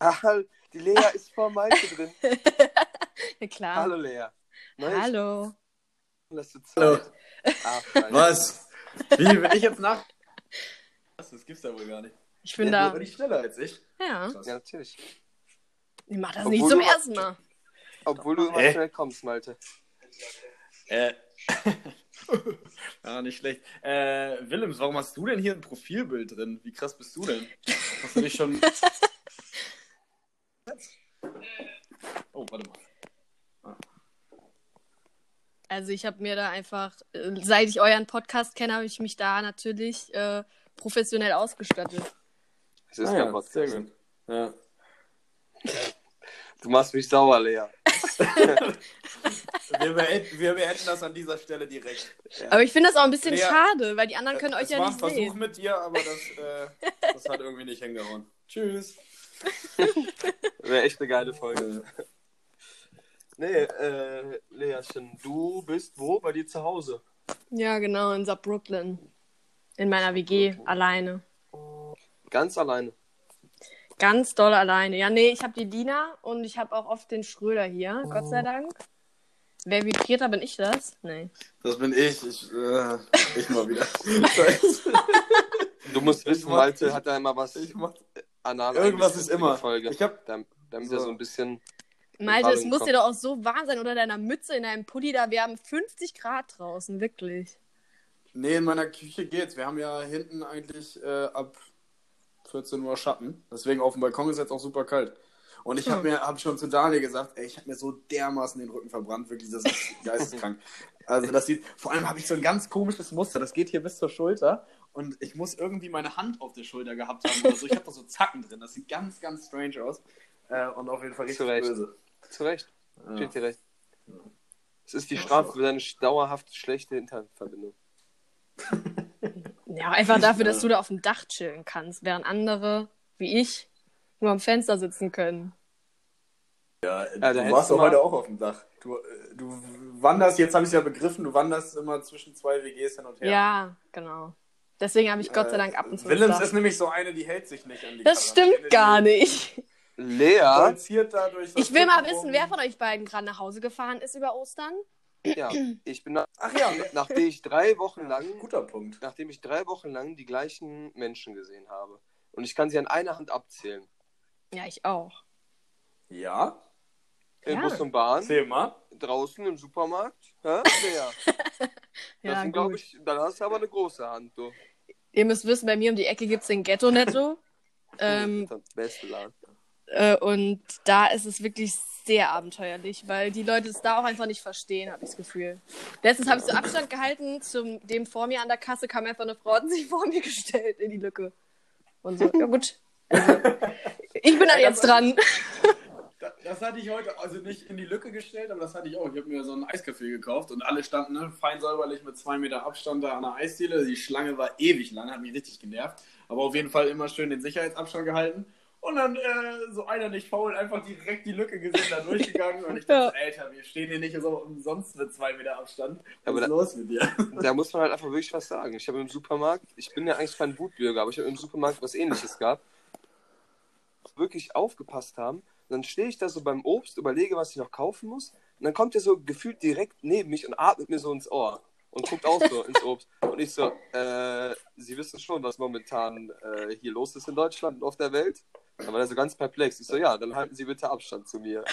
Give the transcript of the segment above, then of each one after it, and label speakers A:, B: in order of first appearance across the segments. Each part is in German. A: Hall- Die Lea ist vor Maike drin.
B: Ja, klar.
A: Hallo Lea. Nein,
B: Hallo.
A: dass du Zeit.
C: Hallo.
A: Ah, scheiße.
C: Was? Wie, wenn ich jetzt nach. Was, das gibt's ja wohl gar nicht.
B: Ich bin
C: Ja,
B: da.
C: du bist schneller als ich.
B: Ja.
C: Krass.
A: Ja, natürlich.
B: Ich mach das
A: Obwohl
B: nicht zum
A: du-
B: ersten Mal.
A: Obwohl du immer
C: Hä?
A: schnell kommst, Malte.
C: Äh. ah, nicht schlecht. Äh, Willems, warum hast du denn hier ein Profilbild drin? Wie krass bist du denn? Hast du dich schon. oh, warte mal.
B: Also ich habe mir da einfach, äh, seit ich euren Podcast kenne, habe ich mich da natürlich äh, professionell ausgestattet.
A: Es ist
C: Ah
A: kein
C: ja,
A: Podcast.
C: sehr gut. Ja.
A: Du machst mich sauer, Lea.
C: Wir, beenden, wir beenden das an dieser Stelle direkt.
B: Aber ich finde das auch ein bisschen
C: Lea,
B: schade, weil die
A: Äh,
B: anderen können euch
C: es
B: ja
C: war
B: nicht
C: ein Versuch
B: sehen.
C: mit dir, aber das, äh, das hat irgendwie nicht hingehauen. Tschüss.
A: Wäre echt eine geile Folge. Nee, äh, Leachen, du bist wo? Bei dir zu Hause.
B: Ja, genau, in Sub Brooklyn. In meiner WG, alleine.
A: Ganz alleine.
B: Ganz doll alleine. Ja, nee, ich habe die Dina und ich habe auch oft den Schröder hier, Gott
A: Oh.
B: sei Dank. Wer vibriert, da bin ich das? Nee.
C: Das bin ich. Ich, äh, ich mal wieder.
A: Du musst wissen,
C: mach-
A: Malte hat da immer was
C: ich mach,
A: anal
C: irgendwas
A: eingeschnitten
C: ist
A: in die
C: immer.
A: Folge.
C: Ich hab,
A: Dam- Damit
C: So.
A: er so ein bisschen.
B: Malte, es
A: Ballung
B: muss
A: kommt.
B: dir doch auch so warm sein unter deiner Mütze, in deinem Pulli, da wir haben 50 Grad draußen, wirklich.
C: Nee, in meiner Küche geht's. Wir haben ja hinten eigentlich äh, ab 14 Uhr Schatten. Deswegen auf dem Balkon ist jetzt auch super kalt. Und ich
B: Hm.
C: habe mir hab schon zu Daniel gesagt, ey, ich habe mir so dermaßen den Rücken verbrannt, wirklich, das ist geisteskrank. Also das sieht, vor allem habe ich so ein ganz komisches Muster, das geht hier bis zur Schulter und ich muss irgendwie meine Hand auf der Schulter gehabt haben oder so. Ich habe da so Zacken drin, das sieht ganz, ganz strange aus äh, und auf jeden Fall richtig
A: Zu Recht.
C: böse.
A: Zu Recht.
C: Ja.
A: Steht dir recht. Es ist die
C: Ja,
A: Strafe
C: so.
A: für deine sch- dauerhaft schlechte Internetverbindung.
B: Ja, einfach dafür, dass du da auf dem Dach chillen kannst, während andere, wie ich, nur am Fenster sitzen können.
A: da
C: du
A: hättest
C: warst
A: du
C: doch
A: mal-
C: heute auch auf dem Dach. Du, äh, du wanderst, jetzt habe ich es ja begriffen, du wanderst immer zwischen zwei WGs hin und
B: Ja,
C: her. Äh,
B: genau. Deswegen habe ich Gott sei Dank ab und zu
C: Willems
B: das.
C: ist nämlich so eine, die hält sich nicht an die
B: Das stimmt gar nicht.
A: Lea?
C: Dadurch
B: Ich will mal wissen, wer von euch beiden gerade nach Hause gefahren ist über Ostern.
A: Ja, ich bin nach,
C: Ach ja,
A: nachdem ich drei Wochen
C: ein
A: lang,
C: guter Punkt.
A: nachdem ich drei Wochen lang die gleichen Menschen gesehen habe. Und ich kann sie an einer Hand abzählen.
B: Ja, ich auch.
C: Ja,
A: Im
B: Ja.
A: Bus und Bahn,
C: zähl mal.
A: draußen im Supermarkt. Hä? Lea. Das
B: Ja,
A: sind,
B: gut.
A: glaube ich, dann hast du aber eine große Hand, du.
B: Ihr müsst wissen, bei mir um die Ecke gibt es den Ghetto-Netto. ähm,
A: Das ist der beste Laden.
B: äh, und da ist es wirklich sehr abenteuerlich, weil die Leute es da auch einfach nicht verstehen, habe ich das Gefühl. Letztens habe ich so Abstand gehalten, zum dem vor mir an der Kasse kam einfach eine Frau und hat sich vor mir gestellt in die Lücke. Und so, ja gut. Also, ich bin dann
C: Ja,
B: jetzt dran.
C: Das, das hatte ich heute, also nicht in die Lücke gestellt, aber das hatte ich auch. Ich habe mir so einen Eiskaffee gekauft und alle standen ne, fein säuberlich mit zwei Meter Abstand da an der Eisdiele. Die Schlange war ewig lang, hat mich richtig genervt. Aber auf jeden Fall immer schön den Sicherheitsabstand gehalten. Und dann äh, so einer nicht faul, einfach direkt die Lücke gesehen, da durchgegangen. Und ich dachte, Alter, wir stehen hier nicht so umsonst mit zwei Meter Abstand. Was
A: Aber
C: ist
A: da-
C: los mit dir?
A: Da muss man halt einfach wirklich was sagen. Ich habe im Supermarkt, ich bin ja eigentlich kein Wutbürger, aber ich habe im Supermarkt was ähnliches gehabt. Wirklich aufgepasst haben. Und dann stehe ich da so beim Obst, überlege, was ich noch kaufen muss. Und dann kommt der so gefühlt direkt neben mich und atmet mir so ins Ohr. Und guckt auch so ins Obst. Und ich so, äh, Sie wissen schon, was momentan äh, hier los ist in Deutschland und auf der Welt? Da war der so ganz perplex. Ich so, ja, dann halten Sie bitte Abstand zu mir.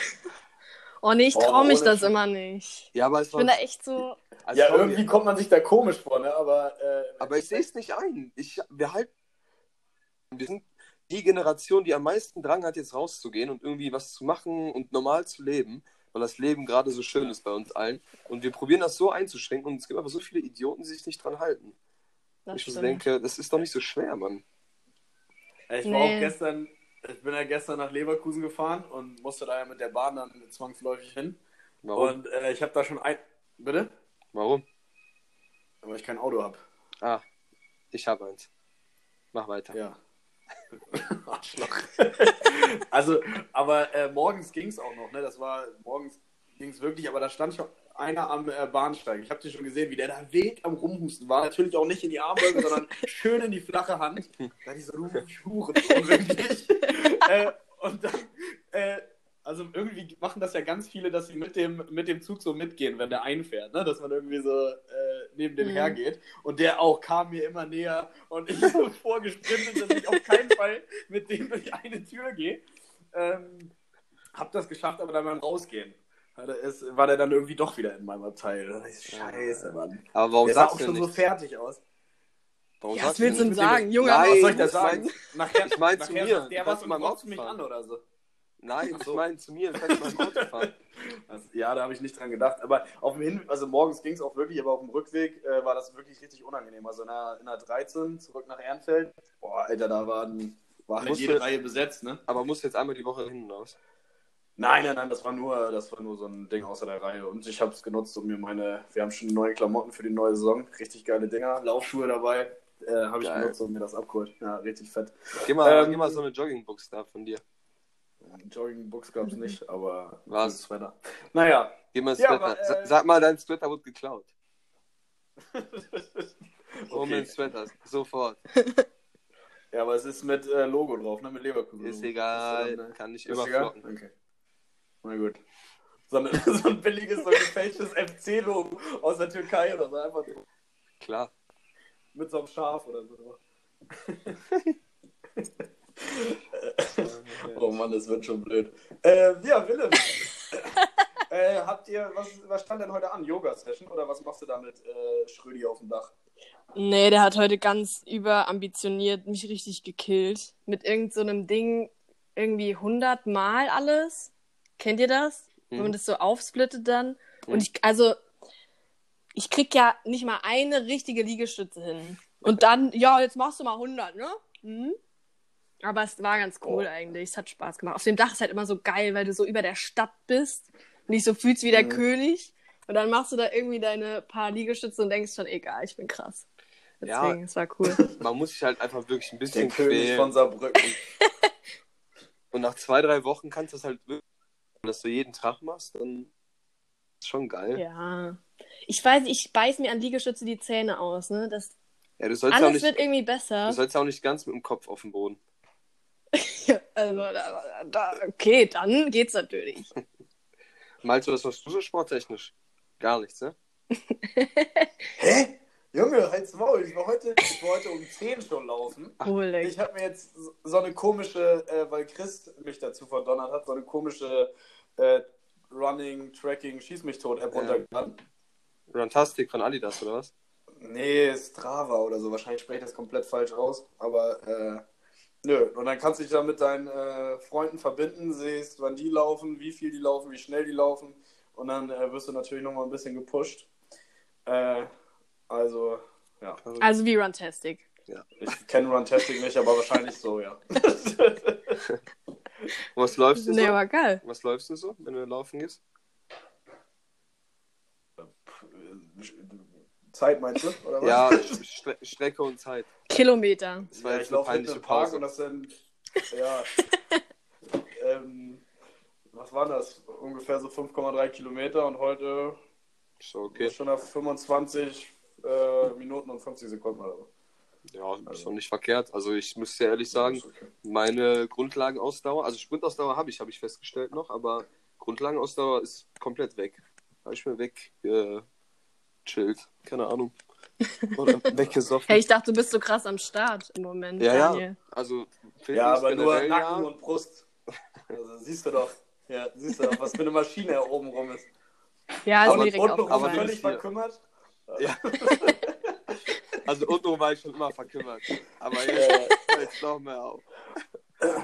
B: Oh nee, ich
C: Oh,
B: traue mich
C: ohne
B: das
C: Scheiß.
B: immer nicht.
A: Ja, aber es
B: Ich
A: war.
B: bin da echt so.
A: also
C: ja,
A: sorry,
C: irgendwie kommt man sich da komisch vor, ne? Aber, äh,
A: Aber ich sehe es nicht ein. Ich, wir halten. Wir sind die Generation, die am meisten Drang hat, jetzt rauszugehen und irgendwie was zu machen und normal zu leben, weil das Leben gerade so schön ist bei uns allen. Und wir probieren das so einzuschränken und es gibt aber so viele Idioten, die sich nicht dran halten.
B: Das
A: ich
B: stimmt.
A: denke, das ist doch nicht so schwer, Mann.
C: Ich war
B: Nee.
C: auch gestern, ich bin ja gestern nach Leverkusen gefahren und musste da ja mit der Bahn dann zwangsläufig hin.
A: Warum?
C: Und äh, ich habe da schon ein. Bitte?
A: Warum?
C: Weil ich kein Auto habe.
A: Ah, ich habe eins. Mach weiter.
C: Ja. Arschloch. also, aber äh, morgens ging es auch noch, ne? Das war, morgens ging es wirklich, aber da stand schon einer am äh, Bahnsteig. Ich habe den schon gesehen, wie der da wild am Rumhusten war. Natürlich auch nicht in die Armbeuge, sondern schön in die flache Hand. Da die so, du Hurensohn, wirklich. äh, Und dann, äh, also irgendwie machen das ja ganz viele, dass sie mit dem, mit dem Zug so mitgehen, wenn der einfährt, ne? dass man irgendwie so äh, neben dem
B: Mhm.
C: hergeht. Und der auch kam mir immer näher und ich so vorgesprintet, dass ich auf keinen Fall mit dem durch eine Tür gehe. Ähm, hab das geschafft, aber dann beim Rausgehen. hat er- ist- War der dann irgendwie doch wieder in meinem Abteil. Da dachte ich, Scheiße, Mann.
A: Aber warum
C: der sah
A: sagst
C: auch
A: du
C: schon so
A: nicht?
C: fertig aus.
A: Warum
B: Ja,
A: sagst
B: was willst du
A: denn
B: denn
A: nicht?
B: sagen? Junge,
A: Nein,
B: was
A: ich
B: soll
C: soll
B: ich
C: ich das
A: sagen?
C: sagen? Nachher,
A: Ich mein zu
C: nachher
A: mir,
C: sagt Der
A: kannst
C: was
A: du
C: und
A: mal im
C: kotzt
A: Auto
C: mich
A: fahren.
C: an oder so.
A: Nein,
C: Ach
A: ich
C: so.
A: meine zu mir, ich kann nicht mal im Auto fahren.
C: Also, ja, da habe ich nicht dran gedacht. Aber auf dem Hin also morgens ging es auch wirklich, aber auf dem Rückweg äh, war das wirklich richtig unangenehm. Also in der, in der 13 zurück nach Ehrenfeld. Boah, Alter, da waren, war
A: Musst du-
C: Reihe besetzt, ne?
A: Aber musst du jetzt einmal die Woche hin raus.
C: Nein, nein, nein, das war nur, das war nur so ein Ding außer der Reihe. Und ich habe es genutzt, um mir meine, wir haben schon neue Klamotten für die neue Saison, richtig geile Dinger, Laufschuhe dabei, äh, habe ich
A: Geil.
C: genutzt, um mir das abgeholt. Ja, richtig fett.
A: Geh mal,
C: Ähm,
A: geh mal so eine Joggingbox da von dir.
C: Jogging-Books gab es Äh, nicht, aber
A: Was?
C: gutes Wetter. Naja,
A: Geh mal ins
C: Ja,
A: Sweater.
C: aber, äh,
A: Sa- Sag mal, dein Sweater wurde geklaut. Hol mir
C: Okay.
A: den Sweater. Sofort.
C: Ja, aber es ist mit äh, Logo drauf, ne? Mit Leverkusen.
A: Hm, Ist egal.
C: Ist, äh, ne?
A: Kann nicht
C: Ist egal?
A: überflocken.
C: Okay. Na gut. So ein, so ein billiges, so ein gefälschtes FC-Logo aus der Türkei oder so. Einfach so
A: Klar.
C: mit so einem Schaf oder so. drauf. oh Mann, das wird schon blöd. Ähm, ja, Willem. äh, habt ihr, was, was stand denn heute an? Yoga-Session oder was machst du da mit äh, Schrödi auf dem Dach?
B: Nee, der hat heute ganz überambitioniert mich richtig gekillt. Mit irgend so einem Ding, irgendwie 100 Mal alles. Kennt ihr das? Wenn man
A: Mhm.
B: das so aufsplittet dann.
A: Mhm.
B: Und ich, also, ich krieg ja nicht mal eine richtige Liegestütze hin. Und dann, ja, jetzt machst du mal 100, ne? Mhm. Aber es war ganz cool
C: Oh.
B: eigentlich. Es hat Spaß gemacht. Auf dem Dach ist halt immer so geil, weil du so über der Stadt bist und dich so fühlst wie der
C: Mhm.
B: König. Und dann machst du da irgendwie deine paar Liegestütze und denkst schon, egal, ich bin krass.
A: Ja.
B: Deswegen, es war cool.
A: Man muss sich halt einfach wirklich ein
C: Der
A: bisschen
C: König
A: quälen.
C: von Saarbrücken.
A: Und nach zwei, drei Wochen kannst du das halt wirklich, wenn du das so jeden Tag machst, dann ist schon geil. Ja,
B: ja. Ich weiß, ich beiß mir an Liegestütze die Zähne aus, ne? Das,
A: du, sollst ja auch nicht,
B: alles wird irgendwie
A: du
B: besser.
A: sollst ja auch nicht ganz mit dem Kopf auf dem Boden.
B: Ja, also, da, da, okay, dann geht's natürlich.
A: Malst du das machst du so sporttechnisch? Gar nichts, ne?
C: Hä? Junge, halt's Maul. Ich war heute, ich war heute um 10 schon laufen.
B: Cool.
C: Ich habe mir jetzt so eine komische, äh, weil Chris mich dazu verdonnert hat, so eine komische äh, Running, Tracking, Schieß mich tot App
A: Ja.
C: runtergeladen.
A: Runtastic von Adidas oder was?
C: Nee, Strava oder so. Wahrscheinlich spreche ich das komplett falsch raus. Aber äh, nö. Und dann kannst du dich da mit deinen äh, Freunden verbinden, siehst, wann die laufen, wie viel die laufen, wie schnell die laufen. Und dann äh, wirst du natürlich nochmal ein bisschen gepusht. Äh, also, ja.
B: Also wie Runtastic.
C: Ich kenne Runtastic nicht, aber wahrscheinlich so, ja.
A: Und was läufst du
B: Nee,
A: so?
B: war geil.
A: Was läufst du so, wenn du laufen gehst?
C: Zeit meinst du? Oder was?
A: Ja, Stre Strecke und Zeit.
B: Kilometer.
A: Das war
C: ja
A: jetzt
C: ich
A: eine
C: laufe
A: peinliche
C: hinten im Park
A: Pause.
C: und das sind. Ja. ähm, was waren das? Ungefähr so 5,3 Kilometer und heute
A: So, okay.
C: schon auf 25 äh, Minuten und 50 Sekunden oder so.
A: Ja, ist doch nicht verkehrt. Also ich muss dir ehrlich sagen,
C: Ist okay.
A: meine Grundlagenausdauer, also Sprintausdauer habe ich, habe ich festgestellt noch, aber Grundlagenausdauer ist komplett weg. Habe ich mir weg äh, chillt. Keine Ahnung. Oder weggesoffen.
B: Hey, ich dachte, du bist so krass am Start im Moment,
A: ja, ja.
B: Daniel.
A: Also
C: Ja, aber nur
A: generell,
C: Nacken
A: ja.
C: und Brust. Also siehst du doch. Ja, siehst du doch, was für eine Maschine da oben rum ist.
B: Ja, ist
A: Aber
B: mir
C: und
B: direkt
C: unten rum
A: Aber
B: aufgefallen.
A: das
C: völlig
A: hier-
C: verkümmert.
A: Also untenrum war ich schon immer verkümmert. Aber jetzt,
C: Äh,
A: jetzt noch mehr auf.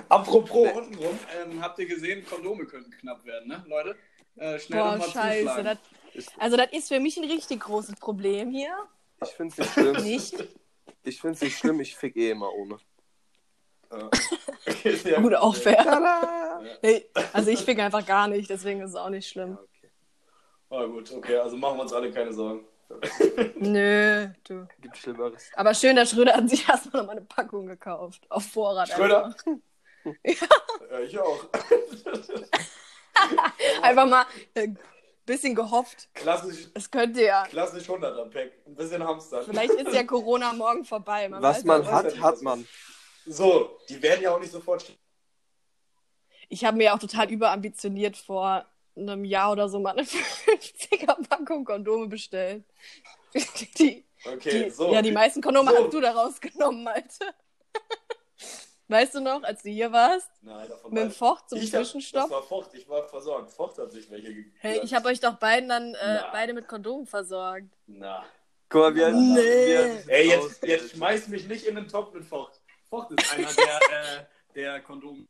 C: Apropos
A: Nee.
C: untenrum, ähm, habt ihr gesehen, Kondome können knapp werden, ne, Leute? Äh, schnell
B: Boah,
C: nochmal
B: scheiße.
C: zuschlagen.
B: Das, also das ist für mich ein richtig großes Problem hier.
A: Ich finde es nicht schlimm.
B: Nicht?
A: Ich finde es nicht schlimm, ich fick eh immer ohne.
C: Ja. Okay, sehr
B: Gut, auch fair.
A: Tada!
B: Hey, also ich fick einfach gar nicht, deswegen ist es auch nicht schlimm.
A: Okay.
C: Ah, gut, okay, also machen wir uns alle keine Sorgen.
B: Nö, du.
A: Gibt Schlimmeres.
B: Aber schön, der Schröder hat sich erstmal noch mal eine Packung gekauft. Auf Vorrat.
C: Schröder? Ja, ich auch.
B: Einfach, einfach mal ein äh, bisschen gehofft.
C: Klassisch,
B: Es könnte ja.
C: klassisch 100er Pack. Ein bisschen Hamster.
B: Vielleicht ist ja Corona morgen vorbei.
A: Was
B: weiß
A: man
B: ja
C: weiß
A: hat,
C: ja nicht,
A: hat
C: was
A: man.
C: So, die werden ja auch nicht sofort.
B: ich habe mir ja auch total überambitioniert vor einem Jahr oder so mal eine 50er-Packung Kondome bestellt. Die,
C: Okay,
B: die,
C: so.
B: Ja, die meisten Kondome
C: So.
B: hast du da rausgenommen, Alter. Weißt du noch, als du hier warst?
C: Nein, halt davon
B: Mit dem
C: weiß ich-
B: Focht zum
C: Ich hab- Das
B: Zwischenstopp?
C: war Focht, ich war versorgt. Focht hat sich welche gegeben.
B: Hey, ich habe euch doch beiden dann äh,
C: Na.
B: beide mit Kondomen versorgt.
C: Na.
A: Guck mal, wir.
B: Nee.
A: wir
C: Ey, jetzt, jetzt schmeiß mich nicht in den Topf mit Focht. Focht ist einer der, äh, der Kondom.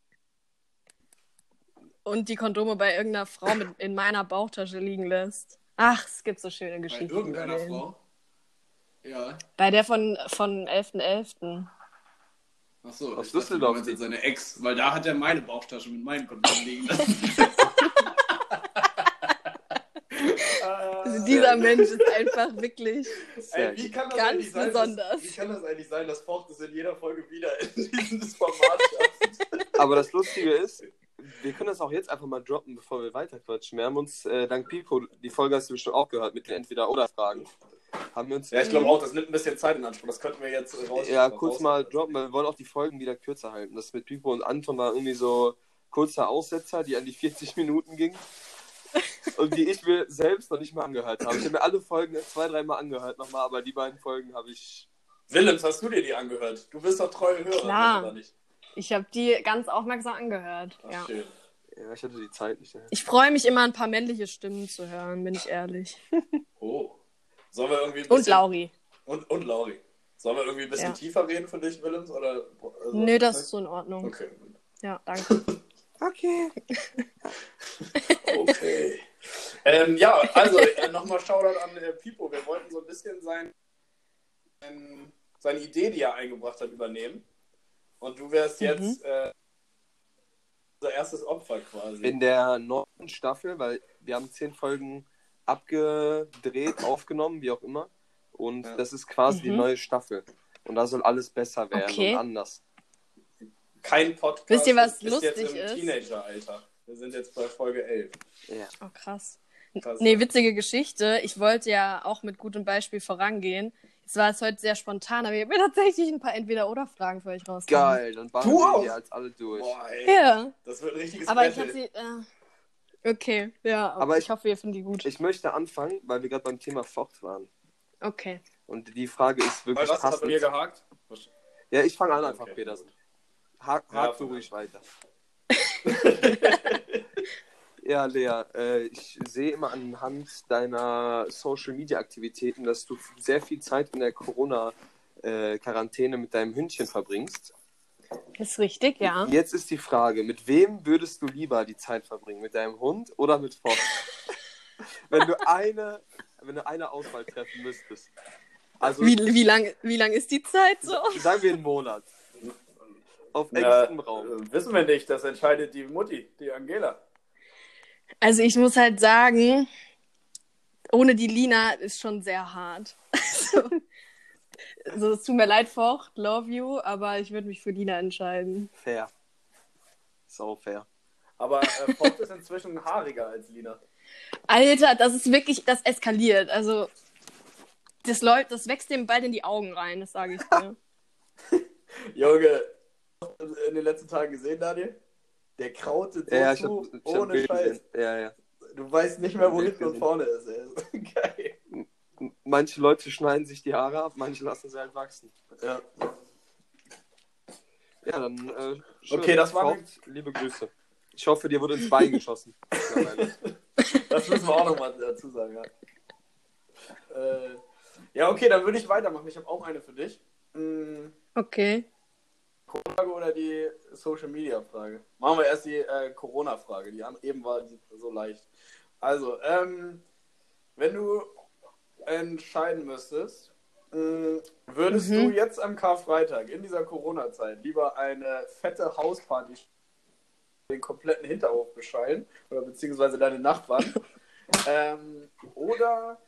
B: Und die Kondome bei irgendeiner Frau mit, in meiner Bauchtasche liegen lässt. Ach, es gibt so schöne
C: Bei
B: Geschichten.
C: irgendeiner
B: über den.
C: Frau. Ja.
B: Bei der von, von 11.11.
C: Achso,
A: Aus Düsseldorf.
C: Jetzt seine Ex, weil da hat er meine Bauchtasche mit meinem Kondom liegen lassen.
B: Also dieser Mensch ist einfach wirklich.
A: Sehr
C: Äh, Ey, wie kann das
B: Ganz
C: eigentlich sein,
B: besonders.
C: Dass, wie kann das eigentlich sein, dass Focht es in jeder Folge wieder in dieses Format schafft?
A: Aber das Lustige ist, wir können das auch jetzt einfach mal droppen, bevor wir weiterquatschen. Wir haben uns äh, dank Pico, die Folge hast du bestimmt auch gehört, mit den Entweder-Oder-Fragen. Haben wir uns
C: Ja, ich glaube auch, das nimmt ein bisschen Zeit in Anspruch. Das könnten wir jetzt raus.
A: ja, kurz
C: raus-
A: mal droppen, weil wir wollen auch die Folgen wieder kürzer halten. Das mit Pipo und Anton war irgendwie so kurzer Aussetzer, die an die 40 Minuten ging. Und die ich mir selbst noch nicht mal angehört habe. Ich habe mir alle Folgen zwei, dreimal angehört nochmal, aber die beiden Folgen habe ich.
C: Willems, hast du dir die angehört? Du bist doch treue Hörer,
B: Klar.
C: oder nicht?
B: Ich habe die ganz aufmerksam angehört.
C: Ach,
B: Ja.
C: schön.
A: Ja, ich hatte die Zeit nicht.
B: Ich freue mich immer, ein paar männliche Stimmen zu hören, bin ich ehrlich.
C: Oh. Sollen wir irgendwie ein
B: Und
C: bisschen,
B: Lauri.
C: Und, und Lauri. Sollen wir irgendwie ein bisschen
B: Ja.
C: tiefer reden für dich, Willems? Oder, also,
B: Nö, das ist so in Ordnung.
C: Okay. gut.
B: Ja, danke.
A: Okay.
C: Okay. ähm, ja, also äh, nochmal Shoutout an äh, Pipo. Wir wollten so ein bisschen sein, sein, seine Idee, die er eingebracht hat, übernehmen. Und du wärst
B: Mhm.
C: jetzt äh, unser erstes Opfer quasi.
A: In der neunten Staffel, weil wir haben zehn Folgen abgedreht, aufgenommen, wie auch immer. Und
C: Ja.
A: das ist quasi die
B: Mhm.
A: neue Staffel. Und da soll alles besser werden
B: Okay.
A: und anders.
C: Kein Podcast.
B: Wisst ihr, was
C: ist jetzt
B: lustig
C: im
B: ist?
C: Teenageralter. Wir sind jetzt bei Folge 11.
A: Ja.
B: Oh, krass.
C: Krass.
B: Nee, witzige Geschichte. Ich wollte ja auch mit gutem Beispiel vorangehen. Jetzt war es heute sehr spontan, aber ich habe mir tatsächlich ein paar Entweder-Oder-Fragen für euch rausgekommen.
A: Geil, dann
C: Du
A: ballern
C: auch?
A: wir die als alle durch.
C: Boah, ey.
B: Ja,
C: Das wird ein richtiges
B: aber ich
C: Battle.
B: habe sie. Äh, okay, ja,
A: Aber
B: aber
A: ich-
B: ich hoffe, ihr findet die gut.
A: Ich möchte anfangen, weil wir gerade beim Thema Focht waren.
B: Okay.
A: Und die Frage ist
C: Weil
A: wirklich
C: was hat bei mir
A: passend.
C: gehakt?
A: Ja, ich fange an einfach,
C: Okay,
A: Petersen.
C: gut.
A: Ha
C: Ja,
A: hakt
C: fang
A: du
C: an.
A: ruhig weiter. ja, Lea, äh, ich sehe immer anhand deiner Social-Media-Aktivitäten, dass du sehr viel Zeit in der Corona-Quarantäne mit deinem Hündchen verbringst.
B: Ist richtig, ja.
A: Jetzt ist die Frage, mit wem würdest du lieber die Zeit verbringen? Mit deinem Hund oder mit Fox? wenn, du eine, wenn du eine Auswahl treffen müsstest. Also
B: Wie, wie lang, wie lang ist die Zeit so?
A: sagen wir einen Monat. Auf
C: Na,
A: engstem Raum.
C: äh, Wissen wir nicht, das entscheidet die Mutti, die Angela.
B: Also ich muss halt sagen, ohne die Lina ist schon sehr hart. so, also es tut mir leid, Focht, love you, aber ich würde mich für Lina entscheiden.
A: Fair. So fair.
C: Aber äh, Fox ist inzwischen haariger als Lina.
B: Alter, das ist wirklich, das eskaliert. Also das läuft, das wächst dem bald in die Augen rein, das sage ich dir.
C: Junge, hast du das in den letzten Tagen gesehen, Daniel? Der kraute so
A: ja, ich hab,
C: zu,
A: ich hab
C: ohne
A: Bild
C: Scheiß.
A: gesehen. Ja, ja.
C: Du weißt nicht mehr, wo
A: Bild
C: hinten und
A: gesehen.
C: vorne ist. Ey. Geil.
A: M- Manche Leute schneiden sich die Haare ab, manche lassen sie halt wachsen.
C: Ja.
A: Ja, dann. Äh,
C: Okay, das war-
A: Kocht, Liebe Grüße. Ich hoffe, dir wurde ins Bein geschossen. mittlerweile.
C: Das müssen wir auch nochmal dazu sagen. Ja. Äh, ja, okay, dann würde ich weitermachen. Ich habe auch eine für dich. Mm,
B: Okay.
C: Frage oder die Social Media Frage? Machen wir erst die äh, Corona Frage. Die an- eben war die so leicht. Also, ähm, wenn du entscheiden müsstest, mh, würdest
B: Mhm.
C: du jetzt am Karfreitag in dieser Corona Zeit lieber eine fette Hausparty den kompletten Hinterhof beschallen oder beziehungsweise deine Nachbarn? ähm, oder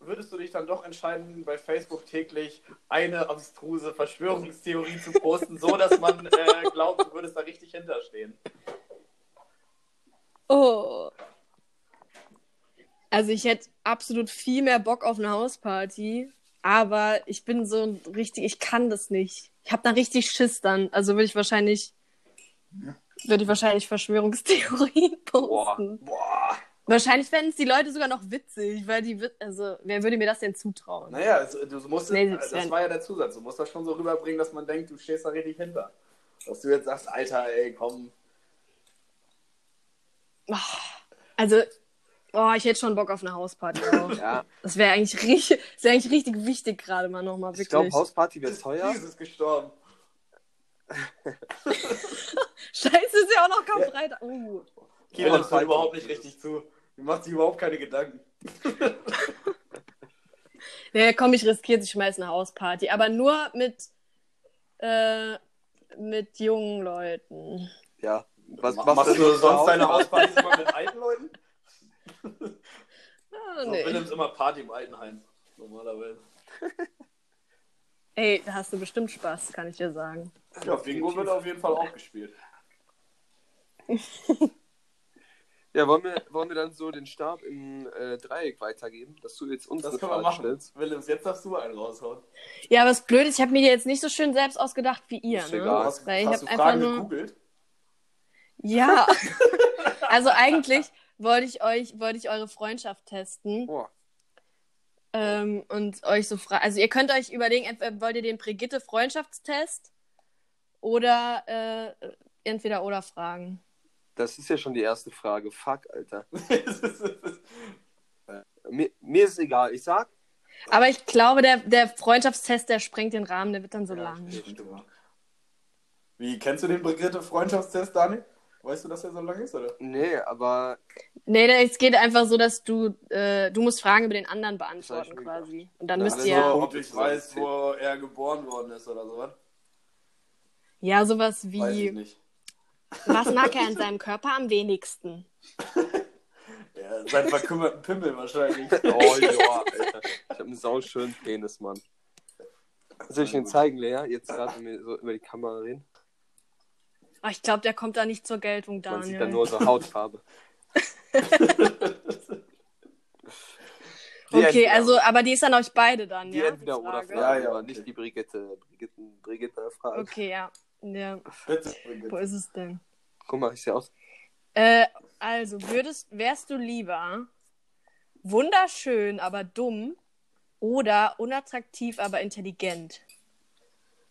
C: würdest du dich dann doch entscheiden, bei Facebook täglich eine abstruse Verschwörungstheorie zu posten, so dass man äh, glaubt, du würdest da richtig hinterstehen?
B: Oh. Also ich hätte absolut viel mehr Bock auf eine Hausparty, aber ich bin so ein richtig, ich kann das nicht. Ich habe da richtig Schiss dann. Also würde ich wahrscheinlich Würde ich wahrscheinlich Verschwörungstheorien posten.
C: Boah.
B: Wahrscheinlich fänden es die Leute sogar noch witzig, weil die, wit- also, wer würde mir das denn zutrauen?
C: Naja, es- du musst, äh,
B: Nee,
C: das
B: das wär-
C: war ja der Zusatz. Du musst das schon so rüberbringen, dass man denkt, du stehst da richtig hinter. Dass du jetzt sagst, Alter, ey, komm.
B: Also, oh, ich hätte schon Bock auf eine Hausparty. auch.
A: Ja,
B: Das wäre eigentlich richtig, das wäre eigentlich richtig wichtig gerade mal nochmal, wirklich.
A: ich glaube, Hausparty wird teuer.
C: Jesus gestorben.
B: Scheiße, ist ja auch noch kaum Freitag. Uh.
A: Ja,
C: Kira
A: das
C: hört
A: heißt-
C: überhaupt nicht richtig zu. Die macht sich überhaupt keine Gedanken.
B: Nee, komm, ich riskiere es, ich schmeiß eine Hausparty. Aber nur mit, äh, mit jungen Leuten.
A: Ja. Was,
C: Ma-
A: was
C: machst du
A: zu
C: sonst
A: Hause?
C: deine Hauspartys immer mit alten Leuten?
B: Ah,
C: So,
B: nee.
C: Willems immer Party im Altenheim. Normalerweise.
B: Ey, da hast du bestimmt Spaß, kann ich dir sagen.
C: Ja, Bingo wird auf jeden Fall auch gespielt.
A: Ja, wollen wir, wollen wir dann so den Stab im äh, Dreieck weitergeben, dass du jetzt uns
C: Das
A: eine
C: können wir
A: Frage
C: machen.
A: stellst?
C: Willems, jetzt darfst du einen raushauen.
B: Ja, aber das Blöde ist, ich habe mir die jetzt nicht so schön selbst ausgedacht wie ihr.
A: Ist
B: ne?
A: egal. Ja,
C: hast
B: Weil ich
C: hast du
B: hab einfach
C: Fragen
B: nur-
C: gegoogelt?
B: Ja. also eigentlich wollte ich euch, wollte ich eure Freundschaft testen.
A: Boah.
B: Ähm, und euch so fragen. Also ihr könnt euch überlegen, entweder wollt ihr den Brigitte Freundschaftstest oder äh, entweder oder fragen.
A: Das ist ja schon die erste Frage. Fuck, Alter.
C: Das ist- das ist-
A: Mir, mir ist egal. Ich sag,
B: Aber ich glaube, der, der Freundschaftstest, der sprengt den Rahmen, der wird dann so
A: Ja,
B: lang.
A: stimmt.
C: Wie, kennst du den Begriff Freundschaftstest, Daniel? Weißt du, dass er so lang ist, oder?
A: nee, aber
B: Nee, nee, es geht einfach so, dass du, äh, du musst Fragen über den anderen
A: Das hab ich
B: beantworten
A: mir
B: quasi. Und dann
A: Ja,
B: müsst
A: also-
B: ihr ja,
C: ob ich weiß, wo er geboren worden ist oder sowas.
B: ja sowas
C: Weiß ich
B: wie,
C: nicht.
B: was mag er an seinem Körper am wenigsten?
C: Ja, sein verkümmerten Pimmel wahrscheinlich.
A: Oh ja, Alter. Ich habe einen sauschönen Penis, Mann. Soll ich den zeigen, Lea? Jetzt gerade, wenn wir so über die Kamera reden.
B: Oh, ich glaube, der kommt da nicht zur Geltung, Daniel.
A: Man sieht da nur so Hautfarbe. Die
B: okay,
A: entweder-
B: also, aber die ist dann euch beide dann,
A: Die
B: ja? die
A: entweder oder
B: Frage.
A: Frage,
C: Ja, ja,
A: aber
C: okay.
A: nicht die Brigitte. Brigitten, Brigitte Frage.
B: Okay, ja. ja.
C: Bitte.
B: Wo ist es denn?
A: Guck mal, ich sehe aus.
B: Äh, also, würdest, wärst du lieber wunderschön, aber dumm oder unattraktiv, aber intelligent?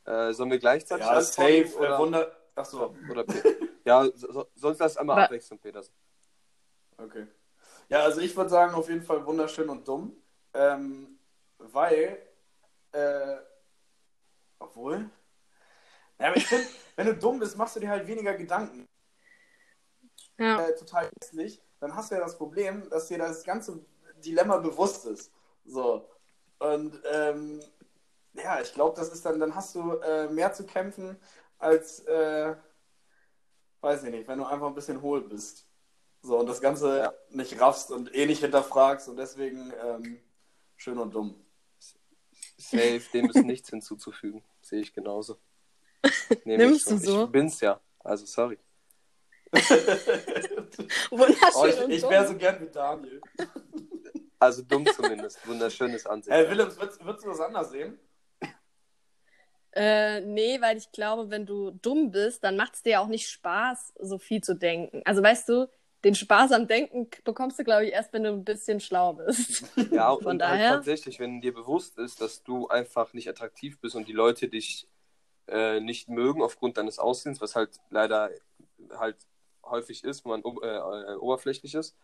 A: Äh, sollen wir gleichzeitig
C: Ja,
A: antworten,
C: safe.
A: Oder,
C: Äh, Wunder. Achso,
A: oder Peter? Ja, so, so, sonst lass einmal
B: Wa-
A: abwechseln, Peter.
C: okay. Ja, also ich würde sagen, auf jeden Fall wunderschön und dumm. Ähm, weil. Äh, obwohl. Ja, aber ich finde, wenn du dumm bist, machst du dir halt weniger Gedanken.
B: Ja.
C: äh, total hässlich, dann hast du ja das Problem, dass dir das ganze Dilemma bewusst ist. So. Und ähm, ja, ich glaube, das ist dann, dann hast du äh, mehr zu kämpfen, als äh, weiß ich nicht, wenn du einfach ein bisschen hohl bist. So, und das Ganze
A: Ja.
C: nicht raffst und eh nicht hinterfragst und deswegen ähm, schön und dumm.
A: Safe, dem ist nichts hinzuzufügen. Sehe ich genauso. Nehm
B: Nimmst
A: ich so.
B: du so?
A: Ich bin's ja. Also, sorry.
B: Wunderschön
C: Oh, ich
B: und
C: ich
B: dumm.
C: wäre so gern mit Daniel.
A: Also dumm zumindest. Wunderschönes Ansicht.
C: Hey, Äh, Willems, würdest, würdest du das anders sehen?
B: Äh, nee, weil ich glaube, wenn du dumm bist, dann macht es dir ja auch nicht Spaß, so viel zu denken. Also weißt du, den Spaß am Denken bekommst du, glaube ich, erst, wenn du ein bisschen schlau bist.
A: Ja, und
B: Von
A: halt
B: daher-
A: tatsächlich, wenn dir bewusst ist, dass du einfach nicht attraktiv bist und die Leute dich äh, nicht mögen aufgrund deines Aussehens, was halt leider halt häufig ist, wenn man o- äh, äh, oberflächlich ist,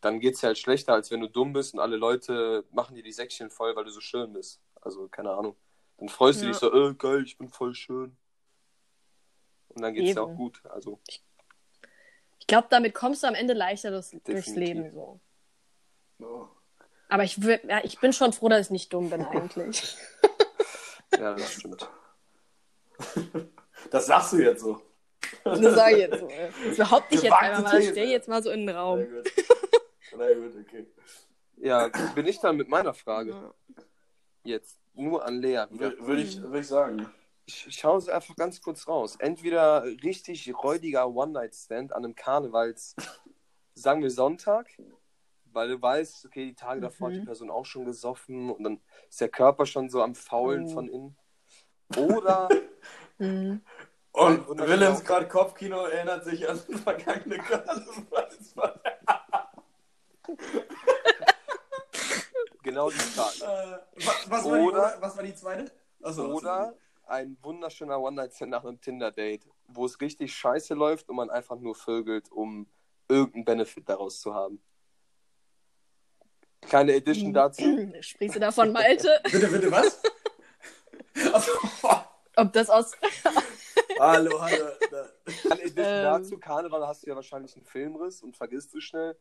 A: dann geht's dir halt schlechter, als wenn du dumm bist und alle Leute machen dir die Säckchen voll, weil du so schön bist. Also, keine Ahnung. Dann freust du
B: Ja.
A: dich so, äh, geil, ich bin voll schön. Und dann geht's dir
B: Eben.
A: auch gut. Also,
B: Ich glaube, damit kommst du am Ende leichter durchs, durchs
A: Definitiv.
B: Leben. So.
C: Oh.
B: Aber ich, wür- ja, ich bin schon froh, dass ich nicht dumm bin eigentlich.
A: ja, das stimmt.
C: Das sagst du jetzt so.
B: Das sag ich jetzt so. ey. Das behaupte ich jetzt
C: Gewagte
B: einfach mal. Ich
C: These.
B: stehe jetzt mal so in den
C: Na
B: Raum.
C: gut. Na gut, okay.
A: Ja, bin ich dann mit meiner Frage jetzt nur an Lea wieder.
C: Wür- Würde ich, würd ich sagen.
A: Sch- Schauen Sie einfach ganz kurz raus. Entweder richtig räudiger One-Night-Stand an einem Karnevals, sagen wir Sonntag, weil du weißt, okay, die Tage davor hat die Person auch schon gesoffen und dann ist der Körper schon so am Faulen
B: Oh.
A: von innen. Oder
B: Mhm.
C: Und
A: Wunderbar.
C: Willems gerade Kopfkino erinnert sich an den vergangene Karneval.
A: Genau die Frage.
C: Was, was,
A: Oder-
C: die, was war die zweite? Achso,
A: Oder ein wunderschöner One-Night-Stand nach einem Tinder-Date, wo es richtig scheiße läuft und man einfach nur vögelt, um irgendeinen Benefit daraus zu haben. Kleine Edition
B: Mhm.
A: dazu.
B: Sprichst du davon, Malte?
C: Bitte, bitte, was? Achso,
B: Ob das aus.
C: hallo, hallo.
A: Kleine Edition
B: Ähm.
A: dazu. Karneval hast du ja wahrscheinlich einen Filmriss und vergisst du schnell.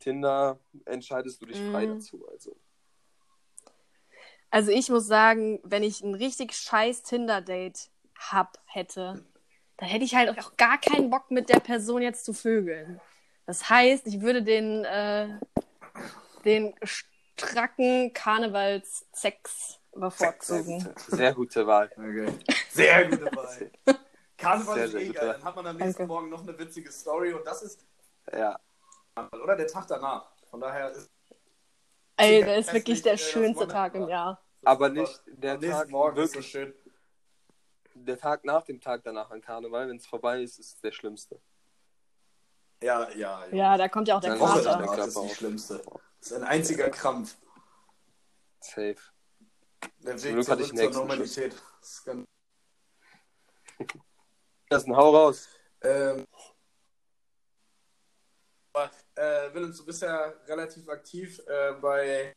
A: Tinder entscheidest du dich frei
B: Mm.
A: dazu. Also.
B: Also ich muss sagen, wenn ich ein richtig scheiß Tinder-Date hab, hätte, dann hätte ich halt auch gar keinen Bock mit der Person jetzt zu vögeln. Das heißt, ich würde den, äh, den stracken Karnevals-Sex
A: äh,
B: bevorzugen.
A: Sehr gute Wahl.
C: Okay. Sehr gut dabei. Karneval
A: Sehr,
C: ist
A: sehr
C: eh
A: gut,
C: geil.
A: ja.
C: Dann hat man am nächsten
B: Danke.
C: Morgen noch eine witzige Story und das ist
A: Ja.
C: Karneval, oder? Der Tag danach. Von daher ist
B: Ey, das ist
C: Hässlich,
B: wirklich
C: äh,
B: der
C: das
B: schönste
C: Wunder-
B: Tag im Jahr.
A: Aber nicht der
C: am nächsten
A: Tag,
C: Morgen ist so
A: wirklich,
C: schön.
A: der Tag nach dem Tag danach an Karneval, wenn es vorbei ist, ist der schlimmste.
C: Ja, ja, ja.
B: Ja, da kommt ja auch der
A: Dann
C: Die Woche
A: Warte.
B: Kater.
C: danach ist die schlimmste. Das ist ein einziger Krampf.
A: Safe.
C: Der Weg
A: Zum Glück hatte ich
C: zurück
A: einen Hexenschuss.
C: zur Normalität. Das ist ganz-
A: Das ist ein Hau raus.
C: Ähm, aber, äh, Willem, du bist ja relativ aktiv äh, bei.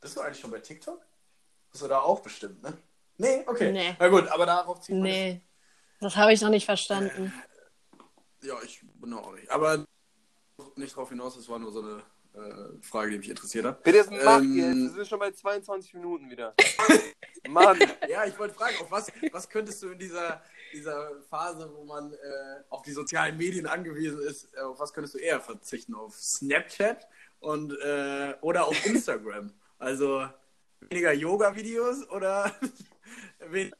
C: Bist du eigentlich schon bei TikTok? Bist du da auch bestimmt, ne? Nee, okay.
B: Nee.
C: Na gut, aber darauf zieht man
B: Nee, das habe ich noch nicht verstanden.
C: Ja, ich bin auch nicht. Aber nicht drauf hinaus, das war nur so eine äh, Frage, die mich interessiert hat.
A: Bitte, das macht
C: Ähm,
A: ihr jetzt. Wir sind schon bei 22 Minuten wieder. Mann,
C: Ja, ich wollte fragen, auf was, was könntest du in dieser, dieser Phase, wo man äh, auf die sozialen Medien angewiesen ist, äh, auf was könntest du eher verzichten? Auf Snapchat und, äh, oder auf Instagram? Also weniger Yoga-Videos oder wen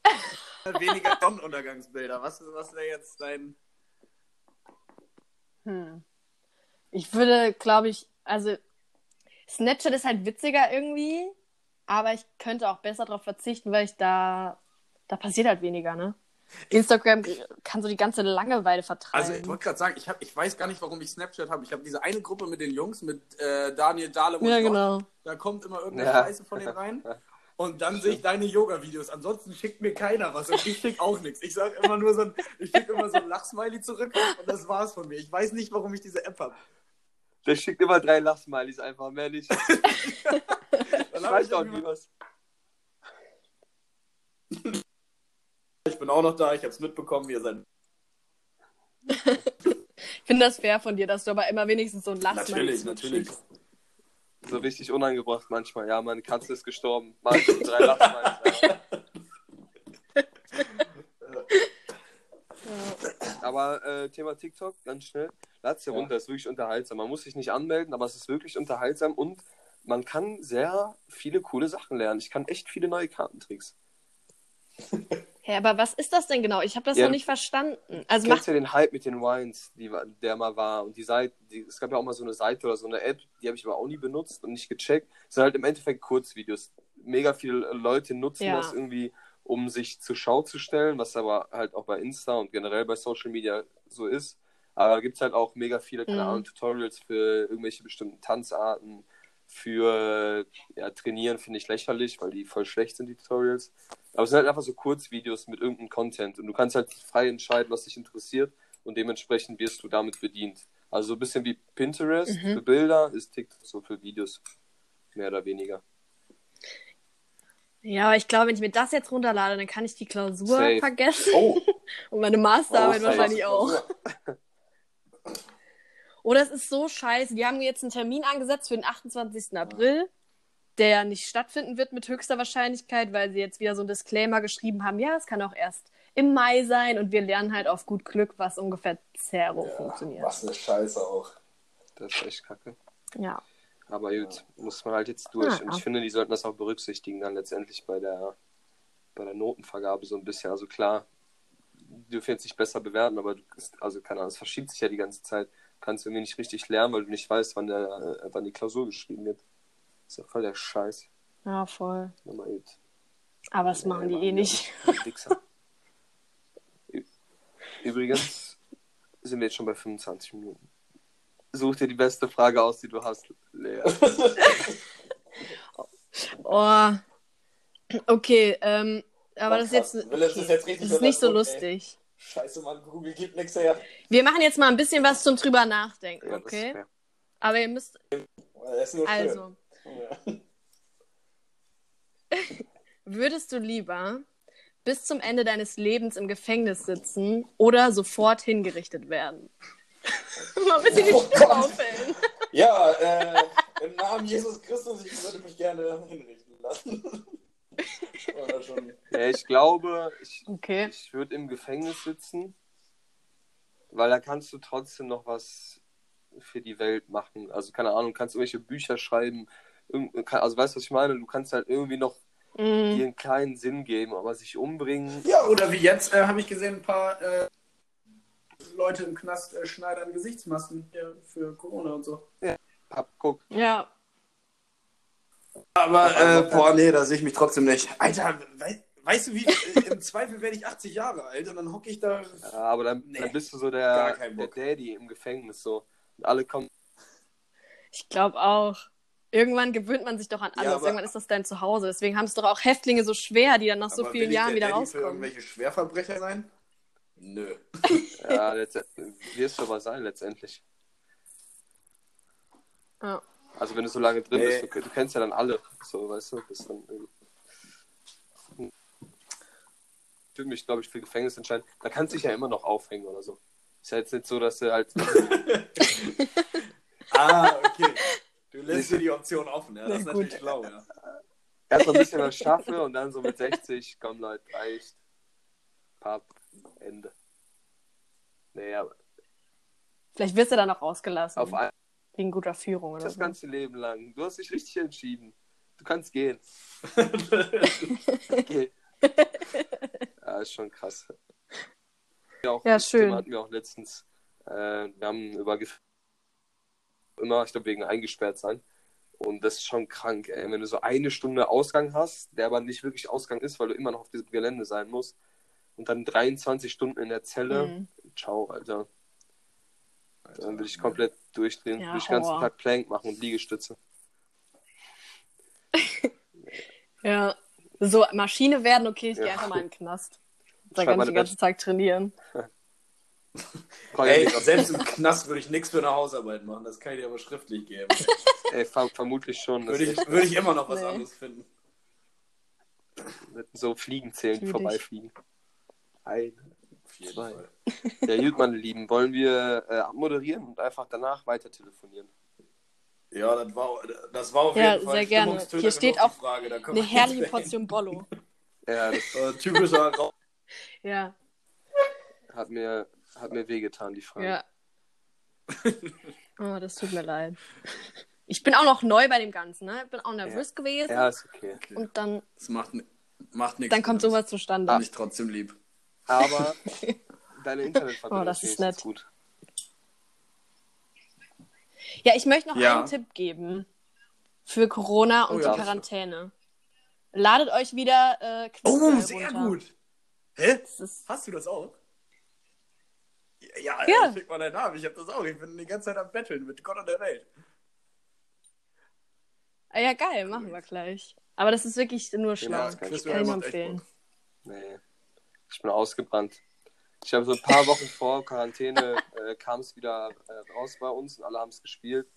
C: weniger Sonnenuntergangsbilder? Was, was wäre jetzt dein...
B: Hm. Ich würde, glaube ich, also Snapchat ist halt witziger irgendwie, aber ich könnte auch besser darauf verzichten, weil ich da, da passiert halt weniger, ne? Instagram kann so die ganze Langeweile vertreiben.
C: Also ich wollte gerade sagen, ich, hab, ich weiß gar nicht, warum ich Snapchat habe. Ich habe diese eine Gruppe mit den Jungs, mit äh, Daniel Dahle und
B: ja,
C: Josh.
B: genau.
C: Da kommt immer irgendeine
A: Ja.
C: Scheiße von denen rein. Und dann sehe ich deine Yoga-Videos. Ansonsten schickt mir keiner was und ich schicke auch nichts. Ich sage immer nur so ein, ich schicke immer so ein Lachsmiley zurück und das war's von mir. Ich weiß nicht, warum ich diese App habe.
A: der schickt immer drei Lachsmilies einfach, mehr nicht.
C: Dann hab
A: Schreibt auch
C: irgendwie-
A: nie was.
C: Ich bin auch noch da, ich hab's mitbekommen, wir sind.
B: Ich finde das fair von dir, dass du aber immer wenigstens so ein Lachen
C: Natürlich, natürlich.
A: So richtig unangebracht manchmal. Ja, meine Katze ist gestorben. Mann, drei Lachsmilies. einfach. Aber äh, Thema TikTok, ganz schnell. Lad's dir
C: Ja.
A: runter, ist wirklich unterhaltsam. Man muss sich nicht anmelden, aber es ist wirklich unterhaltsam und man kann sehr viele coole Sachen lernen. Ich kann echt viele neue Kartentricks.
B: Ja, aber was ist das denn genau? Ich habe das
A: Ja.
B: noch nicht verstanden. Also
A: Du
B: macht
A: kennst ja den Hype mit den Wines, die, wa- der mal war. Und die Seite, die, es gab ja auch mal so eine Seite oder so eine App, die habe ich aber auch nie benutzt und nicht gecheckt. Es sind halt im Endeffekt Kurzvideos. Mega viele Leute nutzen
B: Ja.
A: das irgendwie, um sich zur Schau zu stellen, was aber halt auch bei Insta und generell bei Social Media so ist. Aber gibt es halt auch mega viele, keine
B: Mhm.
A: Ahnung, Tutorials für irgendwelche bestimmten Tanzarten, für ja, Trainieren finde ich lächerlich, weil die voll schlecht sind, die Tutorials. Aber es sind halt einfach so Kurzvideos mit irgendeinem Content und du kannst halt frei entscheiden, was dich interessiert und dementsprechend wirst du damit bedient. Also so ein bisschen wie Pinterest
B: Mhm.
A: für Bilder ist TikTok so für Videos, mehr oder weniger.
B: ja, aber ich glaube, wenn ich mir das jetzt runterlade, dann kann ich die Klausur
A: Safe.
B: vergessen
A: Oh,
B: und meine Masterarbeit
A: Oh, safe.
B: wahrscheinlich auch. Oder es ist so scheiße. Die haben jetzt einen Termin angesetzt für den 28. April, der ja nicht stattfinden wird mit höchster Wahrscheinlichkeit, weil sie jetzt wieder so einen Disclaimer geschrieben haben. Ja, es kann auch erst im Mai sein und wir lernen halt auf gut Glück, was ungefähr zero funktioniert.
C: eine Scheiße auch.
A: das ist echt kacke.
B: Ja.
A: Aber gut, muss man halt jetzt durch.
B: Ah,
A: Und
B: ja.
A: ich finde, die sollten das auch berücksichtigen dann letztendlich bei der, bei der Notenvergabe so ein bisschen. Also klar, die dürfen jetzt nicht besser bewerten, aber du, also keine Ahnung, es verschiebt sich ja die ganze Zeit. Du kannst irgendwie nicht richtig lernen, weil du nicht weißt, wann, der, äh, wann die Klausur geschrieben wird. Ist ja voll der Scheiß.
B: Ja, voll.
A: Nochmal gut. Äh,
B: Aber das machen die eh nicht.
A: Wichser. Übrigens sind wir jetzt schon bei 25 Minuten. Such dir die beste Frage aus, die du hast, Lea.
B: Oh. Okay, ähm, aber das ist jetzt,
D: Wille, das ist jetzt richtig
B: das ist nicht so
D: unterdrückt, ey.
B: lustig.
D: Scheiße, Mann, Google gibt nichts her.
B: Wir machen jetzt mal ein bisschen was zum drüber nachdenken,
A: Ja, das ist
B: okay?
A: fair.
B: Aber ihr müsst,
D: Das ist nur schön.
B: also.
D: Ja.
B: Würdest du lieber bis zum Ende deines Lebens im Gefängnis sitzen oder sofort hingerichtet werden? Mal ein bisschen die
D: Oh
B: Stimme
D: Gott.
B: aufhellen.
D: Ja, äh, im Namen Jesus Christus, ich würde mich gerne hinrichten lassen. Oder schon.
A: Ja, ich glaube, ich,
B: Okay.
A: ich würde im Gefängnis sitzen, weil da kannst du trotzdem noch was für die Welt machen. Also keine Ahnung, kannst irgendwelche Bücher schreiben. irgend- kann- Also weißt du, was ich meine? Du kannst halt irgendwie noch
B: Mhm. Mm,
A: dir einen kleinen Sinn geben, aber sich umbringen.
C: Ja, oder wie jetzt äh, habe ich gesehen, ein paar äh, Leute im Knast äh, schneidern Gesichtsmasken hier für Corona und so.
A: Papp, guck.
B: Ja.
C: Aber, äh, boah, nee, da sehe ich mich trotzdem nicht. Alter, wei weißt du wie, äh, im Zweifel werde ich 80 Jahre alt und dann hocke ich da.
A: Ja, aber dann,
C: Nee,
A: dann bist du so
C: gar
A: der,
C: keinen
A: der
C: Bock.
A: Daddy im Gefängnis so. Und alle kommen.
B: Ich glaube auch. Irgendwann gewöhnt man sich doch an alles.
C: aber-
B: Irgendwann ist das dein Zuhause. Deswegen haben es doch auch Häftlinge so schwer, die dann nach so
C: Aber will
B: vielen
C: ich
B: Jahren
C: der
B: wieder
C: Daddy Für
B: rauskommen.
C: irgendwelche Schwerverbrecher sein? Nö.
A: Ja, letzt- wirst du aber sein letztendlich.
B: Ja.
A: Also wenn du so lange drin
C: Nee.
A: bist, du, du kennst ja dann alle. So, weißt du, bist dann irgendwie- Ich würde mich, glaube ich, für Gefängnis entscheiden. Da kannst du dich ja immer noch aufhängen oder so. Ist ja jetzt nicht so, dass du halt.
C: Ah, okay. Du lässt dir die Option offen, ja. Das ist natürlich schlau, ja.
A: Erstmal ein bisschen was schaffe und dann so mit 60, komm Leute, reicht. Papp, Ende. Naja,
B: Vielleicht wirst du dann auch rausgelassen.
A: auf ein
B: wegen guter Führung oder
A: das
B: so.
A: ganze Leben lang. Du hast dich richtig entschieden. Du kannst gehen. Geh. ja, ist schon krass. Ja, auch,
B: Ja,
A: das
B: schön.
A: Thema hatten wir auch letztens. Äh, wir haben über Gef- immer, ich glaube, wegen eingesperrt sein. Und das ist schon krank, ey. Wenn du so eine Stunde Ausgang hast, der aber nicht wirklich Ausgang ist, weil du immer noch auf diesem Gelände sein musst. Und dann 23 Stunden in der Zelle.
B: Mhm.
A: Ciao, Alter. Dann würde ich komplett durchdrehen.
B: Ja,
A: würde ich den ganzen
B: Horror.
A: Tag Plank machen und Liegestütze.
B: Ja. So, Maschine werden, okay, ich
A: Ja.
B: gehe einfach mal in den Knast.
A: Schreib
B: Dann kann ich
A: meine
B: den ganzen Tag trainieren.
A: Komm,
C: Ey,
A: Digga.
C: selbst im Knast würde ich nichts für eine Hausarbeit machen. Das kann ich dir aber schriftlich geben.
A: Ey, ver vermutlich schon. Das
C: Würde ich,
A: ist
C: würde ich immer noch was
B: Nee.
C: anderes finden.
A: mit so Fliegen zählen, die
B: Natürlich.
A: vorbeifliegen. Ein.
C: Auf jeden
A: Zwei.
C: Fall.
A: Ja, gut, meine Lieben, wollen wir äh, abmoderieren und einfach danach weiter telefonieren?
C: Ja, das war, das war auf
B: Ja,
C: jeden Fall
B: sehr gerne.
C: Stimmungstöter
B: Hier steht
C: genug,
B: auch
C: die Frage. Da können
B: Eine
C: wir
B: herrliche
C: jetzt weg.
B: Portion Bollo.
A: Ja, das
C: Äh, typischer Raum.
B: Ja,
A: hat mir, hat mir wehgetan, die Frage.
B: ja. Oh, das tut mir leid. Ich bin auch noch neu bei dem Ganzen, ne? Ich bin auch nervös gewesen.
A: Ja, ist okay.
B: Und dann,
C: Das macht, ni- macht nichts.
B: dann kommt sowas zustande.
C: Bin ich trotzdem lieb.
A: Aber deine Internetverbindung
B: Oh, das ist
A: wenigstens
B: nett.
A: gut.
B: Ja, ich möchte noch
C: Ja.
B: einen Tipp geben für Corona und
C: Oh ja.
B: die Quarantäne. Ladet euch wieder äh,
C: Oh,
B: Quizduell runter.
C: Hä?
B: Das ist,
C: Hast du das auch? Ja,
B: Ja.
C: ja. schick mal deinen Namen. Ich hab das auch. Ich bin die ganze Zeit am Betteln mit Gott und der Welt.
B: ah, ja, geil, machen wir gleich. Aber das ist wirklich nur
C: Genau.
B: schlau.
A: das kann
B: das
A: ich
B: kann ich nur
C: macht echt
B: empfehlen.
C: Bock.
A: Nee, ich bin ausgebrannt. Ich habe so ein paar Wochen vor Quarantäne äh, kam es wieder äh, raus bei uns und alle haben es gespielt.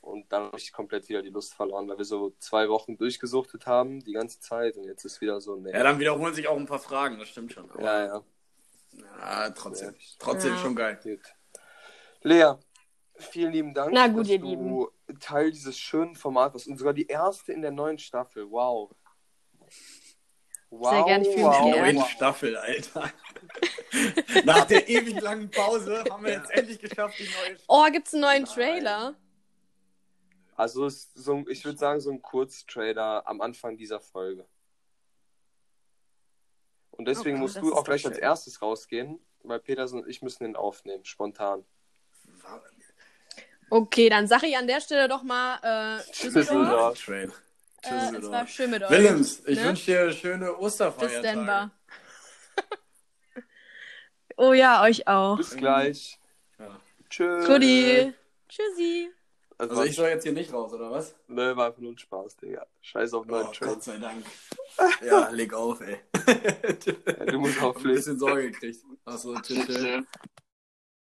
A: Und dann habe ich komplett wieder die Lust verloren, weil wir so zwei Wochen durchgesuchtet haben, die ganze Zeit. Und jetzt ist wieder so, nee.
C: Ja, dann wiederholen sich auch ein paar Fragen. Das stimmt schon. Aber
A: ja, ja.
C: ja, trotzdem.
A: Ja.
C: Trotzdem
B: Ja.
C: schon geil.
A: Gut. Lea, vielen lieben Dank,
B: Na gut,
A: dass
B: ihr
A: du
B: Lieben.
A: Teil dieses schönen Formats warst und sogar die erste in der neuen Staffel. Wow. Wow,
B: gerne, ich fühle mich geehrt.
C: Neun
B: Wow.
C: Staffel, Alter. Nach der ewig langen Pause haben wir jetzt endlich geschafft, die neue
B: Oh, gibt's einen neuen Trailer?
A: Also es ist so, ein- ich würde sagen, so ein Kurztrailer am Anfang dieser Folge. Und deswegen
B: Okay,
A: musst
B: das
A: du
B: ist
A: auch
B: doch
A: gleich als
B: schön.
A: erstes rausgehen, weil Petersen und ich müssen den aufnehmen, spontan.
B: Okay, dann sage ich an der Stelle doch mal äh, Tschüss. Düsseldorf.
A: Düsseldorf.
C: Trail.
B: Äh, es war schön mit euch.
C: Willems, ich
B: Ne?
C: wünsche dir schöne
B: Bis
C: Osterfeiertage.
B: Denver. Oh ja, euch auch.
A: Bis gleich.
C: Ja.
B: mhm.
A: Tschüss.
B: Goodie. Tschüssi.
A: Also,
C: Also ich soll jetzt hier nicht raus, oder was?
A: ne, war einfach nur ein Spaß, Digga. Scheiß auf meinen
C: Oh,
A: Train.
C: Gott sei Dank. Ja, leg auf, ey.
A: Du musst
C: Ich hab ein
A: auflegen.
C: bisschen Sorge gekriegt. Achso, tschüss. tschüss.